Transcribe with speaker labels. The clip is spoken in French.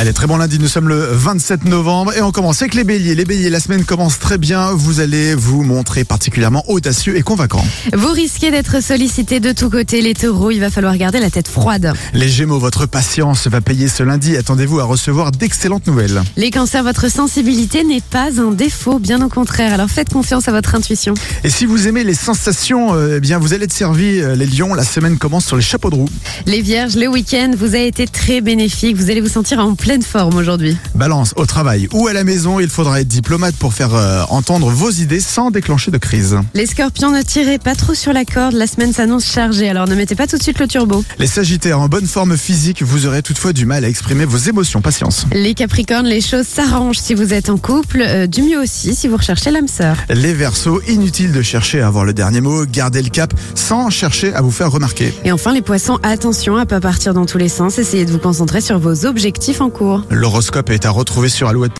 Speaker 1: Allez, très bon lundi, nous sommes le 27 novembre et on commence avec les béliers. Les béliers, la semaine commence très bien, vous allez vous montrer particulièrement audacieux et convaincant.
Speaker 2: Vous risquez d'être sollicité de tous côtés, les taureaux, il va falloir garder la tête froide.
Speaker 1: Les gémeaux, votre patience va payer ce lundi, attendez-vous à recevoir d'excellentes nouvelles.
Speaker 2: Les cancers, votre sensibilité n'est pas un défaut, bien au contraire, alors faites confiance à votre intuition.
Speaker 1: Et si vous aimez les sensations, euh, eh bien vous allez être servi, euh, les lions, la semaine commence sur les chapeaux de roue.
Speaker 2: Les vierges, le week-end vous a été très bénéfique, vous allez vous sentir en pleine forme aujourd'hui.
Speaker 1: Balance, au travail ou à la maison, il faudra être diplomate pour faire euh, entendre vos idées sans déclencher de crise.
Speaker 2: Les scorpions, ne tirez pas trop sur la corde, la semaine s'annonce chargée, alors ne mettez pas tout de suite le turbo.
Speaker 1: Les sagittaires, en bonne forme physique, vous aurez toutefois du mal à exprimer vos émotions, patience.
Speaker 2: Les capricornes, les choses s'arrangent si vous êtes en couple, euh, du mieux aussi si vous recherchez l'âme sœur.
Speaker 1: Les versos, inutile de chercher à avoir le dernier mot, gardez le cap sans chercher à vous faire remarquer.
Speaker 2: Et enfin les poissons, attention à pas partir dans tous les sens, essayez de vous concentrer sur vos objectifs en cours.
Speaker 1: L'horoscope est à retrouver sur alouette.